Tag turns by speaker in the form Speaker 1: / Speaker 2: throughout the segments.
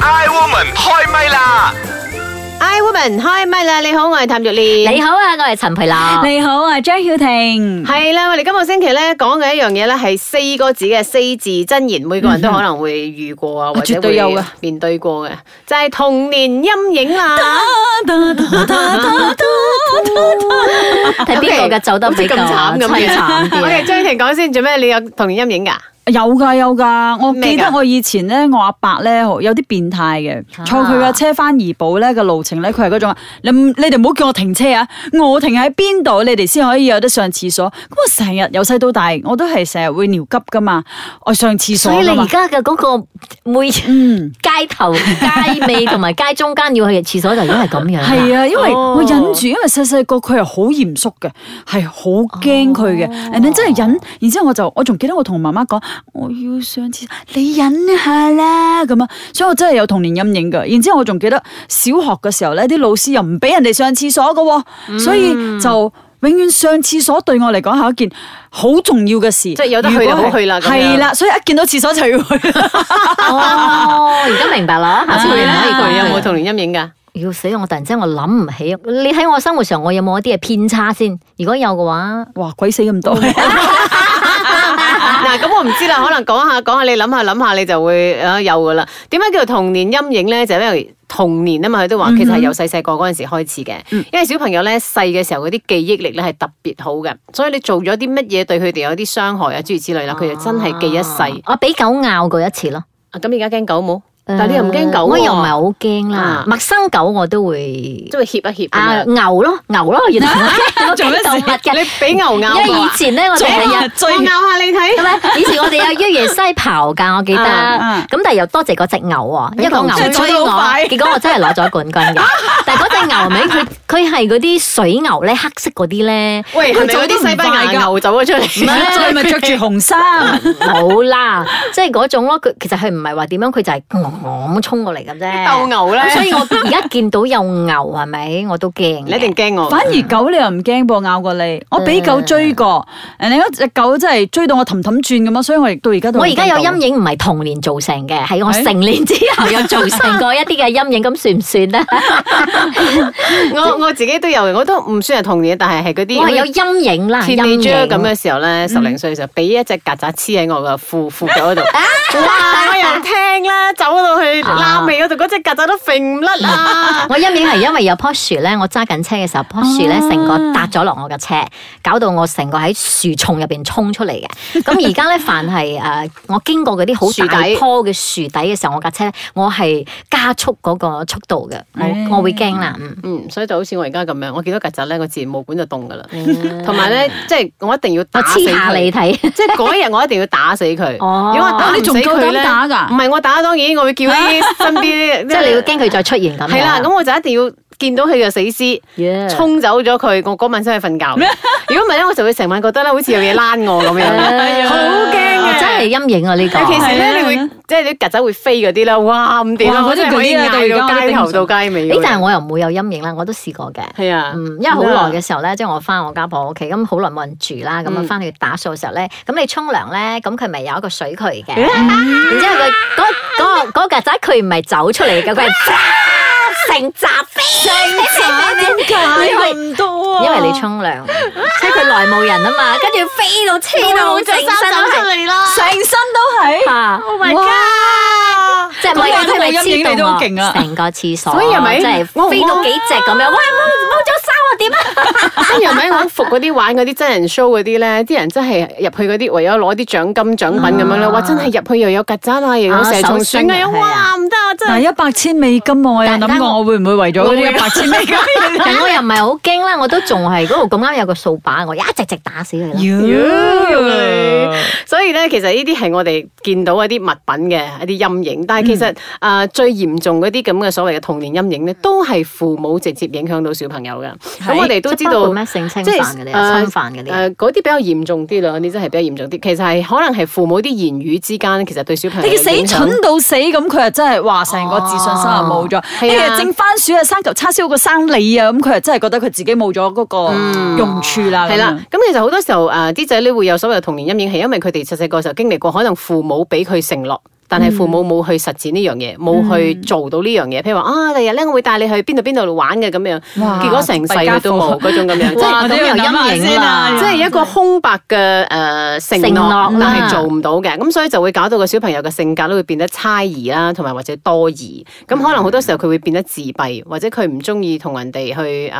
Speaker 1: I Woman 開唛啦！
Speaker 2: I Woman 開唛啦！你好，我係譚玉蓮。
Speaker 3: 你好啊，我係陳培樂。
Speaker 4: 你好啊，張曉婷。
Speaker 2: 係啦，我哋今個星期咧講嘅一樣嘢咧係四個字嘅四字真言，每個人都可能會遇過啊，或者
Speaker 4: 絕對有
Speaker 2: 會
Speaker 4: 㗎
Speaker 2: 面對過嘅，就係童年陰影啊啦。
Speaker 3: 睇邊個嘅走得比較
Speaker 2: 好似咁慘咁
Speaker 3: 淒慘
Speaker 2: 我
Speaker 3: 啲。
Speaker 2: 哋張婷講先，做咩？你有童年陰影噶？
Speaker 4: 有噶有噶，我
Speaker 2: 咩
Speaker 4: 記
Speaker 2: 㗎
Speaker 4: 得我以前咧，我阿伯咧有啲變態嘅，
Speaker 3: 啊
Speaker 4: 坐佢嘅車翻怡保咧嘅路程咧，佢係嗰種啊你唔你哋唔好叫我停車啊，我停喺邊度，你哋先可以有得上廁所。咁我成日由細到大，我都係成日會尿急噶嘛，我上廁 所
Speaker 3: 所以
Speaker 4: 㗎
Speaker 3: 你
Speaker 4: 嘛
Speaker 3: 而家嘅嗰個每
Speaker 4: 嗯。
Speaker 3: 街頭、街尾 同埋街中間要去嘅廁所就已經係咁樣啦。
Speaker 4: 係啊，因為
Speaker 2: 哦
Speaker 4: 我忍住，因為細細個佢係好嚴肅嘅，係好驚佢嘅。
Speaker 2: 哦
Speaker 4: 人哋真係忍，然之後我就我仲記得我同媽媽講，我要上廁所，你忍下啦咁啊。所以我真係有童年陰影㗎。然之後我仲記得小學嘅時候咧，啲老師又唔俾人哋上廁所㗎
Speaker 2: 嗯
Speaker 4: 喎，所以就。永遠上廁所對我嚟講係一件好重要嘅事，即
Speaker 2: 係有得去就好去啦咁樣
Speaker 4: 係啦，所以一見到廁所就要去 啦。
Speaker 3: 哦，而家明白啦，下次
Speaker 2: 佢
Speaker 3: 你唔可以
Speaker 2: 佢有冇
Speaker 3: 講。
Speaker 2: 童年陰影噶？
Speaker 3: 要死我！突然之間我諗唔起，你喺我生活上我有冇一啲嘅偏差先？如果有嘅話，
Speaker 4: 哇，鬼死咁多！
Speaker 2: 嗱，咁我唔知啦，可能講下講下，你諗下諗下，你就會啊有噶啦。點解叫童年陰影咧？就因為童年啊嘛，佢都話其實係由細細個嗰陣時開始嘅，因為小朋友咧細嘅時候嗰啲記憶力咧係特別好嘅，所以你做咗啲乜嘢對佢哋有啲傷害啊諸如此類啦，佢就真係記一世。
Speaker 3: 我俾狗咬過一次咯。
Speaker 2: 啊咁而家驚狗冇？但係你又唔驚狗
Speaker 3: 誒
Speaker 2: 喎
Speaker 3: 我又唔係好驚啦
Speaker 2: 啊。
Speaker 3: 陌生狗我都會
Speaker 2: 即係協一協咁
Speaker 3: 啊
Speaker 2: 樣。
Speaker 3: 牛咯牛咯， 原來 我
Speaker 4: 做咩
Speaker 3: 驚動
Speaker 4: 事
Speaker 3: 物嘅。
Speaker 2: 你俾牛咬
Speaker 3: 因為
Speaker 2: 過
Speaker 3: 以
Speaker 2: 啊？
Speaker 3: 前咧，我哋係有。
Speaker 2: 我咬下你睇
Speaker 3: 咁。啊！以前我哋有越野西刨㗎，我記得。
Speaker 4: 啊
Speaker 3: 咁但係又多謝嗰只牛喎，因為個牛
Speaker 4: 真係
Speaker 3: 追
Speaker 4: 追得
Speaker 3: 我
Speaker 4: 好 快，
Speaker 3: 結果我真係攞咗冠 軍嘅。但係嗰隻牛尾佢佢係嗰啲水牛咧，黑色嗰啲咧。
Speaker 2: 喂，係咪有啲西班
Speaker 3: 啊
Speaker 4: 佢做得唔快
Speaker 2: 牙
Speaker 4: 㗎
Speaker 2: 牛走咗出嚟？
Speaker 4: 你咪着住紅衫。
Speaker 3: 冇啦， 即係嗰種咯。佢其實佢唔係話點樣，佢就係咁衝過嚟咁啫。
Speaker 2: 鬥牛咧
Speaker 3: 咁所以我而家見到有牛係咪，我都驚嘅。
Speaker 2: 你一定驚
Speaker 3: 哦
Speaker 2: 我㗎。
Speaker 4: 反而狗你又唔驚噃，咬過你。我俾狗追過，人哋嗰只狗真係追到我氹氹轉咁樣，啊所以我亦到而家都
Speaker 3: 我而家有陰
Speaker 4: 影。
Speaker 3: 影，唔係童年造成嘅，係
Speaker 2: 哎
Speaker 3: 我成年之後有造成過一啲嘅陰影，咁算唔 算咧？
Speaker 2: 我我自己都有嘅，我都唔算係童年，但係係嗰啲
Speaker 3: 我係有陰影啦，陰
Speaker 2: teenager
Speaker 3: 影
Speaker 2: 咁嘅時候咧，十零歲嘅時候，俾一隻曱甴黐喺我嘅褲褲腳嗰度。哇！我又聽啦，走到去
Speaker 3: 嗯 啊
Speaker 2: 拉尾嗰度，嗰只曱甴都揈唔甩 啊！
Speaker 3: 我陰影係因為有棵樹咧，我揸緊車嘅時候，棵樹咧
Speaker 2: 哦
Speaker 3: 成個搭咗落我嘅車，搞到我成個喺樹叢入邊衝出嚟嘅。 咁而家咧，凡係誒、呃我經過嗰啲好大
Speaker 2: 樹底
Speaker 3: 棵嘅樹底嘅時候，我架車呢我係加速嗰個速度嘅，
Speaker 4: 唉
Speaker 2: 哎
Speaker 3: 我我會驚啦，嗯。
Speaker 2: 嗯，所以就好似我而家咁樣，我見到曱甴咧，我自然毛管就凍噶啦。同埋咧，即係我一定要
Speaker 3: 嗯我
Speaker 2: 打死
Speaker 3: 黐下 你
Speaker 2: 佢。
Speaker 3: 睇，
Speaker 2: 即係嗰一日我一定要打死佢。
Speaker 3: 哦
Speaker 2: 如果我打唔
Speaker 4: 你仲
Speaker 2: 死
Speaker 4: 夠
Speaker 2: 佢
Speaker 4: 膽
Speaker 2: 咧，
Speaker 4: 打㗎
Speaker 2: 唔係我打，當然我會叫啲身 邊啲，
Speaker 3: 即係你要驚佢再出現咁樣。
Speaker 2: 係啦，咁我就一定要見到佢嘅死屍。
Speaker 3: Yeah
Speaker 2: 沖走咗佢，我嗰晚先去 瞓覺。如果唔係咧，我就會成晚覺得咧，好似有嘢躝我咁樣， 好驚
Speaker 3: 我
Speaker 2: 啊！
Speaker 3: 真係陰影啊呢個
Speaker 2: 尤。其是
Speaker 4: 係啊
Speaker 2: 咧，你會
Speaker 4: 係啊
Speaker 2: 即係啲曱甴會飛嗰啲啦，哇唔掂啦，
Speaker 4: 哇
Speaker 2: 我真係
Speaker 4: 嗰啲
Speaker 2: 可以
Speaker 4: 嗰啲啊
Speaker 2: 嗌到
Speaker 4: 到而家
Speaker 2: 街頭
Speaker 4: 我都頂唔順
Speaker 2: 到街尾。
Speaker 3: 誒，但係我又唔會有陰影啦，我都試過嘅。
Speaker 2: 係啊，
Speaker 3: 嗯，因為好耐嘅時候咧，即係我翻我家婆屋企，咁好耐冇人住啦，咁啊
Speaker 2: 嗯
Speaker 3: 翻去打掃嘅時候咧，咁你沖涼咧，咁佢咪有一個水 渠嘅，嗯然之後佢嗰嗰個嗰曱甴佢唔係走出嚟嘅， 佢係成扎飛，成扎因為
Speaker 4: 唔多啊
Speaker 3: 因為你沖涼，即係佢耐冇人啊嘛，跟住飛 到黐到整身都係
Speaker 2: 嚟啦
Speaker 4: 成身都係。
Speaker 3: 啊
Speaker 2: Oh 哇！
Speaker 3: 即係唔係
Speaker 4: 咁我都
Speaker 3: 佢咪
Speaker 4: 冇陰影
Speaker 3: 黐
Speaker 4: 你都
Speaker 3: 到
Speaker 4: 好
Speaker 3: 我
Speaker 4: 勁啊
Speaker 3: 成個廁所，
Speaker 2: 所以係咪
Speaker 3: 即係
Speaker 2: 我
Speaker 3: 飛到幾隻咁樣，哇！冇冇咗衫啊點啊？
Speaker 2: 跟住後尾玩服嗰啲玩嗰啲真人 show 嗰啲咧，啲人真係入去嗰啲，唯有攞啲獎金獎品咁樣咧，哇！真係入去又有曱甴啊，又有蛇蟲鼠
Speaker 3: 啊手信啊
Speaker 2: 蟻，哇！唔得啊，真
Speaker 4: 但
Speaker 2: 係
Speaker 4: 係一百千美金啊喎，我有
Speaker 3: 但
Speaker 4: 諗
Speaker 3: 但
Speaker 4: 過
Speaker 3: 我
Speaker 4: 我會唔會為咗嗰啲一百千美 金？
Speaker 3: 但我又唔係好驚啦，我都仲係嗰度咁啱有個掃把，我一直直打死佢啦。
Speaker 2: 妖 所以咧，其實呢啲係我哋見到一啲物品嘅一啲陰影，但係其實誒、
Speaker 3: 嗯
Speaker 2: 呃最嚴重嗰啲咁嘅所謂嘅童年陰影咧，都係父母直接影響到小朋友嘅。咁我哋都知
Speaker 3: 即係包
Speaker 2: 道
Speaker 3: 括。咩性侵
Speaker 2: 即係
Speaker 3: 犯嗰啲啊、侵犯嗰啲啊。
Speaker 2: 誒嗰啲比較嚴重啲啦，嗰啲真係比較嚴重啲。其實係可能係父母啲言語之間，其實對小朋友
Speaker 4: 你
Speaker 2: 嘅
Speaker 4: 死
Speaker 2: 影響
Speaker 4: 蠢到死咁，佢又真係話成個自信心啊冇
Speaker 3: 哦
Speaker 4: 咗。
Speaker 2: 係啊
Speaker 4: 呢個蒸番薯啊，生嚿叉燒個生你啊，咁佢又真係覺得佢自己冇咗嗰個
Speaker 3: 嗯
Speaker 4: 用處啦。
Speaker 2: 係啦，啊咁其實呃好多時候誒啲仔女會有所謂嘅童年陰影，係因為佢哋細細個時候經歷過，可能父母俾佢承諾，但係父母冇去實踐呢樣嘢，冇嗯去做到呢樣嘢。譬如話啊，第日咧我會帶你去邊度邊度玩嘅咁樣，
Speaker 4: 哇
Speaker 2: 結果成世佢都冇嗰種咁樣，即係
Speaker 3: 哇咁有陰影啦
Speaker 4: 啊
Speaker 2: 即係一個空白嘅诶承
Speaker 3: 承
Speaker 2: 諾，
Speaker 3: 諾啦
Speaker 2: 但係做唔到嘅，咁所以就會搞到個小朋友嘅性格都會變得猜疑啦，同埋或者多疑。咁可能好多時候佢會變得自閉，或者佢唔中意同人哋去诶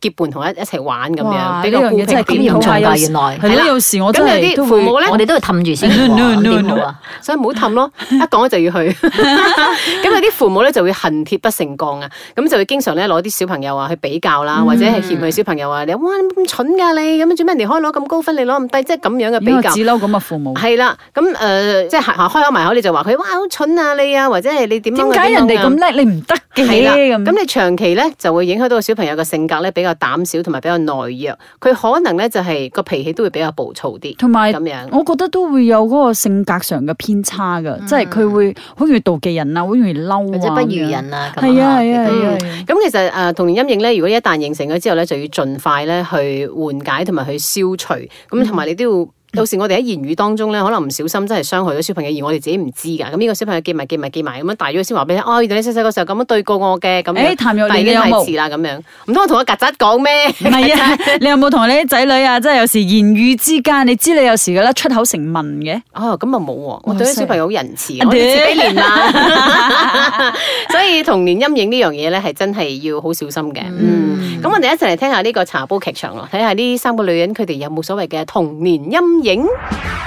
Speaker 2: 結伴同一一齊玩咁啊樣，
Speaker 4: 哇
Speaker 2: 比較
Speaker 4: 呢樣
Speaker 2: 孤
Speaker 4: 嘢真
Speaker 2: 僻啲
Speaker 4: 係
Speaker 3: 咁嚴
Speaker 4: 檢討
Speaker 3: 重
Speaker 4: 下
Speaker 3: 㗎
Speaker 4: 有
Speaker 3: 原來
Speaker 4: 係
Speaker 2: 係
Speaker 4: 啦，
Speaker 2: 啦
Speaker 4: 有時我
Speaker 2: 咁
Speaker 4: 真
Speaker 2: 有
Speaker 4: 係
Speaker 2: 啲
Speaker 4: 都
Speaker 2: 父
Speaker 4: 會
Speaker 2: 母咧
Speaker 3: 我。哋都要氹住先
Speaker 4: No,
Speaker 3: 喎，
Speaker 4: no,
Speaker 3: 點好啊？
Speaker 2: 所以唔好氹 咯，一講就要去。 咁有啲父母咧就會恨鐵不成鋼啊，咁就會經常咧攞啲小朋友啊去比較啦，
Speaker 4: 嗯
Speaker 2: 或者係嫌佢小朋友啊，你哇你咁蠢㗎你，咁做咩人哋可以攞咁高分，你攞咁低，即係咁樣嘅
Speaker 4: 因為
Speaker 2: 比較
Speaker 4: 自。嬲咁嘅啊父母，
Speaker 2: 係啊啦，咁誒、呃即係下下開口埋口，你就話佢哇好蠢啊你啊，或者係你點樣
Speaker 4: 點
Speaker 2: 啊
Speaker 4: 解人哋
Speaker 2: 點樣啊
Speaker 4: 咁叻，你唔得
Speaker 2: 係啦，
Speaker 4: 嘅啊咁？
Speaker 2: 咁你長期咧就會影響到個小朋友嘅性格咧比較膽小同埋比較懦弱，佢可能咧就係、個脾氣都會比較暴躁啲，
Speaker 4: 同埋
Speaker 2: 咁樣。
Speaker 4: 我覺得都會有嗰個性格上嘅偏差㗎，即係佢會好容易妒忌人啊，好容易嬲
Speaker 3: 或
Speaker 4: 啊，
Speaker 3: 者不
Speaker 4: 咁
Speaker 3: 如
Speaker 4: 樣
Speaker 3: 人啊咁
Speaker 4: 係啊
Speaker 3: 啊
Speaker 4: 係啊係啊
Speaker 2: 嗯，咁其實誒、呃童年陰影咧，如果一旦形成咗之後咧，就要盡快咧去緩解同埋去消除。
Speaker 4: 嗯
Speaker 2: 咁同埋你都要。到時我哋喺言語當中咧，可能唔小心真係傷害咗小朋友，而我哋自己唔知㗎。咁呢個小朋友記埋記埋記埋，咁樣大咗先話俾你聽。哦，原來你細細個時候咁樣對過我嘅咁
Speaker 4: 誒
Speaker 2: 樣。
Speaker 4: 譚若蓮
Speaker 2: 但已
Speaker 4: 你
Speaker 2: 經
Speaker 4: 有
Speaker 2: 太
Speaker 4: 冇
Speaker 2: 遲啦咁樣。唔通我同個曱甴講咩？
Speaker 4: 唔係啊， 你有冇同你啲仔女啊？即係有時言語之間，你知你有時嘅啦，出口成文嘅。
Speaker 2: 哦，咁啊冇喎，我對
Speaker 4: 哇
Speaker 2: 啲
Speaker 4: 塞
Speaker 2: 小朋友好仁慈，
Speaker 4: 啊
Speaker 2: 我哋自
Speaker 4: 屌
Speaker 2: 己練啦。所以童年陰影呢樣嘢咧，係真係要好小心嘅。嗯，咁我哋一齊嚟聽下呢個茶煲劇場咯，睇下呢三個女人佢哋有冇所謂嘅童年陰影。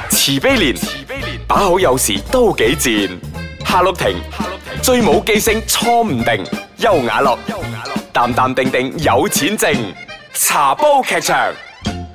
Speaker 1: 慈悲蓮，慈悲蓮，把好有時都幾賤。夏綠庭，夏綠庭，最冇記性錯唔定。優雅樂，優雅樂，淡淡定定有錢剩。茶煲劇場。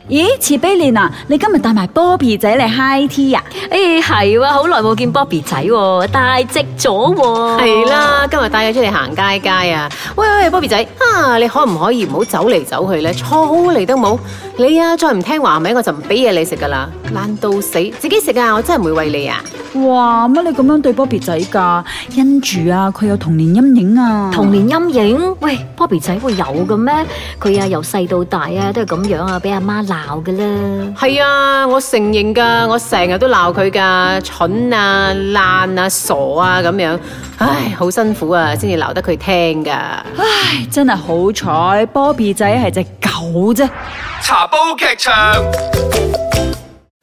Speaker 4: 咦，慈悲蓮啊，你今日帶埋 Bobby 仔嚟 high tea 啊？
Speaker 3: 誒係喎，好耐冇見 Bobby 仔喎，大隻咗喎。
Speaker 2: 係，啦，今日帶佢出嚟行街街啊！喂喂，Bobby 仔，啊，你可唔可以唔好走嚟走去咧？錯嚟都冇，你啊再唔聽話咪，我就唔俾嘢你食噶啦！懶到死，自己食啊！我真係唔會喂你啊！
Speaker 4: 哇，乜你咁樣對 Bobby 仔㗎？因住啊，佢有童年陰影啊。
Speaker 3: 童年陰影，喂，Bobby 仔會有嘅咩？佢啊由細到大啊都係咁樣啊，俾阿媽鬧嘅啦。
Speaker 2: 係啊，我承認噶，我成日都鬧佢噶，蠢啊、爛啊、傻啊咁樣，唉，好辛苦啊，先至鬧得佢聽噶。
Speaker 4: 唉，真係好彩，Bobby 仔係隻狗啫。
Speaker 1: 茶煲劇場。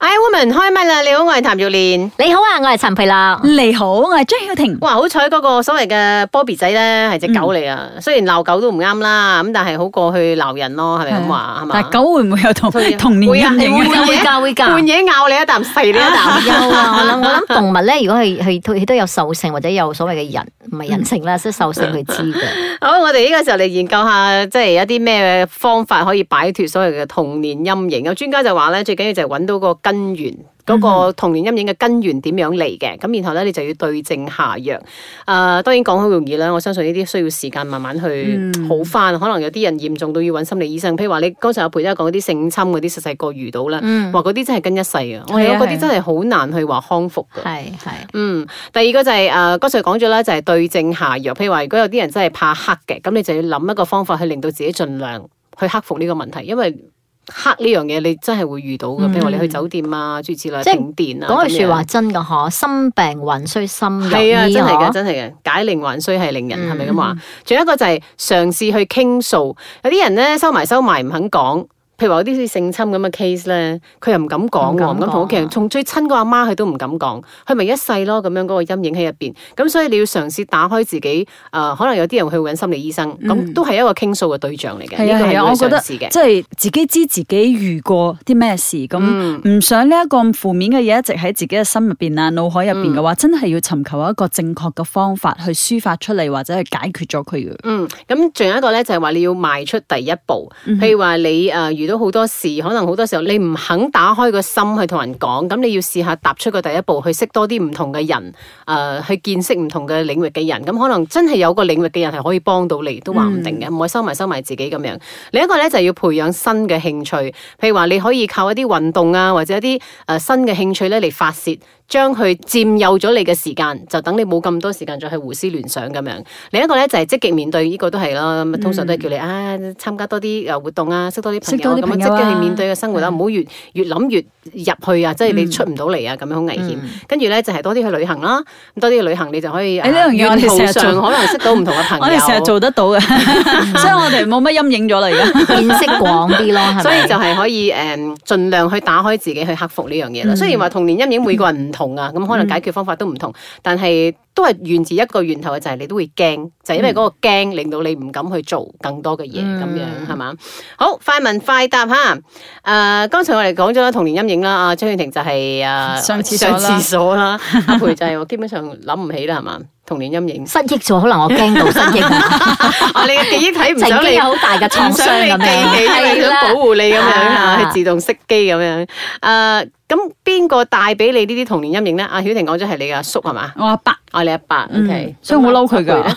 Speaker 2: I woman 開唛啦！你好，我係譚玉蓮。
Speaker 3: 你好啊，我係陳皮啦。
Speaker 4: 你好，我係張曉婷。
Speaker 2: 哇，好彩嗰個所謂嘅 Bobby 仔咧係隻狗嚟啊，雖然鬧狗都唔啱啦，咁但係好過去鬧人咯，係咪咁話？係嘛
Speaker 4: 但係？狗會唔會有童
Speaker 2: 所以
Speaker 4: 童年
Speaker 2: 會啊
Speaker 4: 陰影
Speaker 2: 你
Speaker 4: 啊？
Speaker 3: 會㗎會㗎。
Speaker 2: 半夜咬你一 啖，噬你一啖。
Speaker 3: 有啊，我諗我諗動物咧，如果佢佢佢都有獸性或者有所謂嘅人唔係 人性啦，即係獸性佢知嘅。
Speaker 2: 好，我哋呢個時候嚟研究下，即係有啲咩方法可以擺脱所謂嘅童年陰影。有專家就話咧，最緊要就係揾到個根源。嗰
Speaker 4: 嗯
Speaker 2: 個童年陰影嘅根源點樣嚟嘅？咁然後咧，你就要對症下藥。誒、當然講好容易啦，我相信呢啲需要時間慢慢去
Speaker 4: 嗯
Speaker 2: 好翻。可能有啲人嚴重到要揾心理醫生，譬如話你剛才阿培都有講嗰啲性侵嗰啲，細細個遇到啦，
Speaker 3: 嗯
Speaker 2: 話嗰啲真係跟一世嘅。我
Speaker 4: 係
Speaker 2: 哋
Speaker 4: 啊
Speaker 2: 嗰啲
Speaker 4: 係
Speaker 2: 真係好難去話康復㗎。
Speaker 3: 係係。
Speaker 2: 嗯，第二個就係、誒，剛才講咗啦，就係、對症下藥。譬如話，如果有啲人真係怕黑嘅，咁你就要諗一個方法去令到自己盡量去克服呢個問題，因為黑呢樣嘢你真係會遇到嘅。譬如話你去酒店啊，諸如此類，
Speaker 3: 即係
Speaker 2: 停電啊，
Speaker 3: 嗰
Speaker 2: 咁
Speaker 3: 句
Speaker 2: 樣
Speaker 3: 說話真㗎嗬，心病還需心藥
Speaker 2: 係啊，
Speaker 3: 醫
Speaker 2: 真係嘅，
Speaker 3: 嗬。
Speaker 2: 真係嘅，解鈴還須係令人，係咪咁
Speaker 3: 嗯
Speaker 2: 話？仲有一個就係嘗試去傾訴，有啲人咧收埋收埋唔肯講。譬如話有啲性侵咁嘅 case 咧，佢又唔敢講
Speaker 3: 唔敢
Speaker 2: 喎，唔敢同屋企人，
Speaker 3: 講啊
Speaker 2: 從最親個阿媽佢都唔敢講，佢咪一世咯咁樣嗰個陰影喺入邊。咁所以你要嘗試打開自己，誒、呃可能有啲人去揾心理醫生，咁、都係一個傾訴嘅對象嚟嘅，
Speaker 4: 係
Speaker 2: 呢
Speaker 4: 啊
Speaker 2: 個
Speaker 4: 係
Speaker 2: 係
Speaker 4: 啊，
Speaker 2: 我
Speaker 4: 我覺
Speaker 2: 嘗
Speaker 4: 得
Speaker 2: 試嘅。
Speaker 4: 即係自己知自己遇過啲咩事，咁唔、想呢一個咁負面嘅嘢一直喺自己嘅心入邊啊、腦海入邊嘅話，真係要尋求一個正確嘅方法去抒發出嚟，或者去解決咗佢嘅。
Speaker 2: 嗯，咁仲有一個咧，就係話你要邁出第一步。譬如話你誒、呃遇到好多事，可能好多時候你唔肯打開個心去同人講，咁你要試下踏出個第一步，去識多啲唔同嘅人，誒、呃去見識唔同嘅領域嘅人。咁可能真係有個領域嘅人係可以幫到你，都話唔定嘅，唔可以收埋收埋自己咁樣。另一個咧就係要培養新嘅興趣，譬如話你可以靠一啲運動啊，或者一啲誒、呃新嘅興趣咧嚟發泄。將佢佔有咗你嘅時間，就等你冇咁多時間再去胡思亂想咁樣。另一個咧就係積極面對，呢、個都係啦。咁通常都係叫你啊參加多啲誒活動啊，識多啲朋
Speaker 4: 嗯識多啲
Speaker 2: 友咁
Speaker 4: 朋
Speaker 2: 樣
Speaker 4: 友啊
Speaker 2: 積極去面對嘅生活啦，唔好越越諗越入去啊，即係
Speaker 4: 嗯
Speaker 2: 你出唔到嚟啊，咁樣好危險。跟住咧就係多啲去旅行啦，咁多啲去旅行你就可以
Speaker 4: 誒呢樣嘢
Speaker 2: 啊
Speaker 4: 我哋
Speaker 2: 沿途
Speaker 4: 成日做
Speaker 2: 上可能識到唔同嘅朋友。
Speaker 4: 我哋成日做得到嘅，
Speaker 2: 嗯
Speaker 4: 所以我哋冇乜陰影咗啦 而家。
Speaker 3: 面色廣啲咯，係咪？
Speaker 2: 所 以就係可以誒，嗯盡量去打開自己去克服呢樣嘢
Speaker 4: 嗯
Speaker 2: 啦。雖然話童年陰影每個人唔同啊，咁可能解決方法都唔同，但係都係源自一個源頭嘅，就係你都會驚，就係
Speaker 4: 嗯
Speaker 2: 因為嗰個驚令到你唔敢去做更多嘅嘢咁樣，係嘛？好，快問快答嚇。誒，剛才我哋講咗啦，童年陰影啦，啊阿張婉婷就係誒
Speaker 4: 上廁所
Speaker 2: 上
Speaker 4: 啦
Speaker 2: 廁所啦，阿培就係我基本上諗唔起啦，係嘛？童年陰 影，
Speaker 3: 失憶咗，可能我驚到失憶啊，
Speaker 2: 啊，你嘅記憶 睇唔
Speaker 3: 曾
Speaker 2: 上
Speaker 3: 經
Speaker 2: 你
Speaker 3: 有。好大嘅創
Speaker 2: 唔
Speaker 3: 傷
Speaker 2: 想你
Speaker 3: 咁樣，
Speaker 2: 記起，係想保護你咁樣啊，佢自動熄機咁樣。誒，咁邊個帶俾你呢啲童年陰影咧？阿曉婷講咗係你阿叔係嘛？
Speaker 4: 我阿伯，
Speaker 2: 哦，你阿伯
Speaker 4: 嗯
Speaker 2: ，OK，
Speaker 4: 所以我嬲佢㗎
Speaker 2: 咁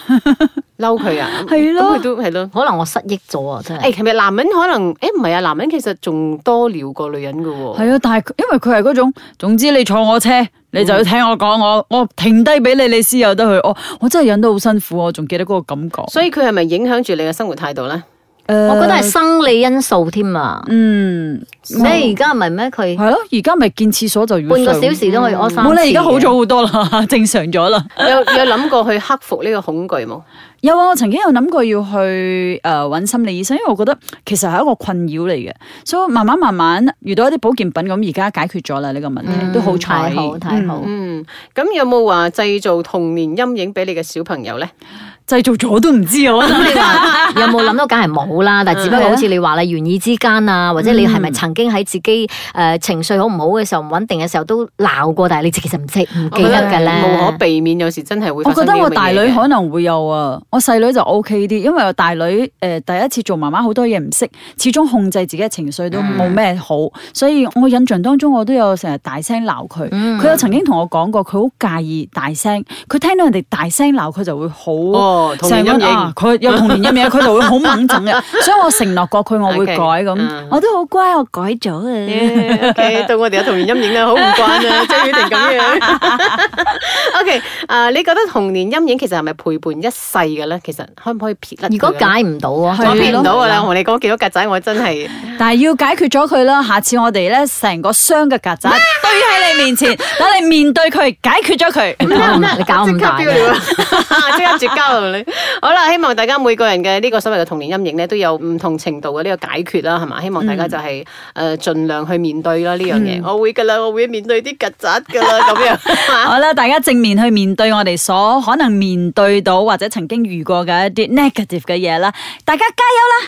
Speaker 2: 嬲佢啊，咁
Speaker 4: 係咯
Speaker 2: 咁佢都係咯。
Speaker 3: 可能我失憶咗啊，真係。
Speaker 2: 誒，其實男人可能，誒唔係啊，男人其實仲多撩過女人嘅喎。
Speaker 4: 係啊，但係佢因為佢係嗰種，總之你坐我車，你就要聽我講，我我停低俾你，你先有得去。我我真係忍得好辛苦，我仲記得嗰個感覺。
Speaker 2: 所以佢係咪影響住你嘅生活態度咧？
Speaker 3: 我覺得係生理因素添啊！
Speaker 4: 嗯，
Speaker 3: 你而家唔係咩？佢
Speaker 4: 係咯，而家咪見廁所就要
Speaker 3: 半個
Speaker 4: 上
Speaker 3: 小時都可以屙三次嘅。
Speaker 4: 冇啦，而家好咗好多啦， 正常咗啦。
Speaker 2: 有有諗過去克服呢個恐懼冇？
Speaker 4: 有啊，我曾經有諗過要去誒揾、心理醫生，因為我覺得其實係一個困擾嚟嘅，所以慢慢慢慢遇到一啲保健品咁，而家解決咗啦呢個問題，
Speaker 3: 嗯
Speaker 4: 都好
Speaker 3: 太
Speaker 4: 彩。
Speaker 3: 好太好
Speaker 4: 嗯
Speaker 2: 嗯，咁有冇話製造童年陰影俾你嘅小朋友咧？
Speaker 4: 製造咗都唔知啊，我覺得
Speaker 3: 你話有冇諗到？梗係冇啦，但係只不過好似你話啦，緣意之間啊，或者你係咪曾經喺自己誒情緒好唔好嘅時候、唔穩定嘅時候都鬧過，但係你其實唔知唔記得㗎咧。
Speaker 2: 無可避免，有時真係會
Speaker 4: 我
Speaker 2: 發
Speaker 4: 覺
Speaker 2: 生
Speaker 4: 得
Speaker 2: 呢
Speaker 4: 我
Speaker 2: 啲咁嘅嘢嘅。
Speaker 4: 大女可能會有啊，我細女就 O K 啲，因為我大女誒、呃第一次做媽媽好多嘢唔識，始終控制自己嘅情緒都
Speaker 2: 嗯
Speaker 4: 冇咩好，所以我印象當中我都有成日大聲鬧佢。佢、
Speaker 3: 嗯
Speaker 4: 有曾經同我講過，佢好介意大聲，佢聽到人哋大聲鬧佢就會好。
Speaker 2: 哦，童年陰
Speaker 4: 成個啊
Speaker 2: 影，
Speaker 4: 佢有童年陰影，佢就會好猛整嘅， 所以我承諾過佢我會改
Speaker 2: Okay，
Speaker 4: 咁
Speaker 2: 嗯，
Speaker 4: 我都好乖，我改咗啊。
Speaker 2: Yeah, OK，到我哋有童年陰影啦，好唔慣啊，張雨婷咁樣。OK，啊， 你覺得童年陰影其實係咪陪伴一世嘅咧？其實可唔可以撇甩佢咧？
Speaker 3: 如果解唔到啊，
Speaker 4: 係
Speaker 2: 我撇唔到噶啦，
Speaker 4: 咯
Speaker 2: 我同你講見到曱甴，我真係
Speaker 4: 但係要解決咗佢啦，下次我哋咧成個箱嘅曱甴堆喺你面前，等你面對佢，解決咗佢。
Speaker 3: 搞唔你搞唔
Speaker 2: 即刻
Speaker 3: 大
Speaker 2: 飆
Speaker 3: 嘅。
Speaker 2: 了， 即刻絕交啊你！好啦，希望大家每個人嘅呢個所謂嘅童年陰影咧，都有唔同程度嘅呢個解決啦，係嘛？希望
Speaker 3: 嗯
Speaker 2: 大家就係誒盡量去面對啦呢樣嘢。我會噶啦，我會面對啲曱甴噶啦，咁 樣。
Speaker 4: 好啦，大家正面去面對我哋所可能面對到或者曾經遇過嘅一啲 negative 嘅嘢啦，大家加油啦！